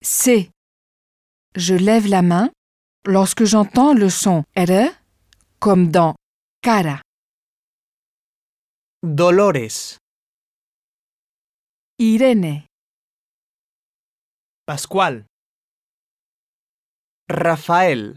C. Je lève la main lorsque j'entends le son R comme dans cara. Dolores, Irene, Pascual, Rafael,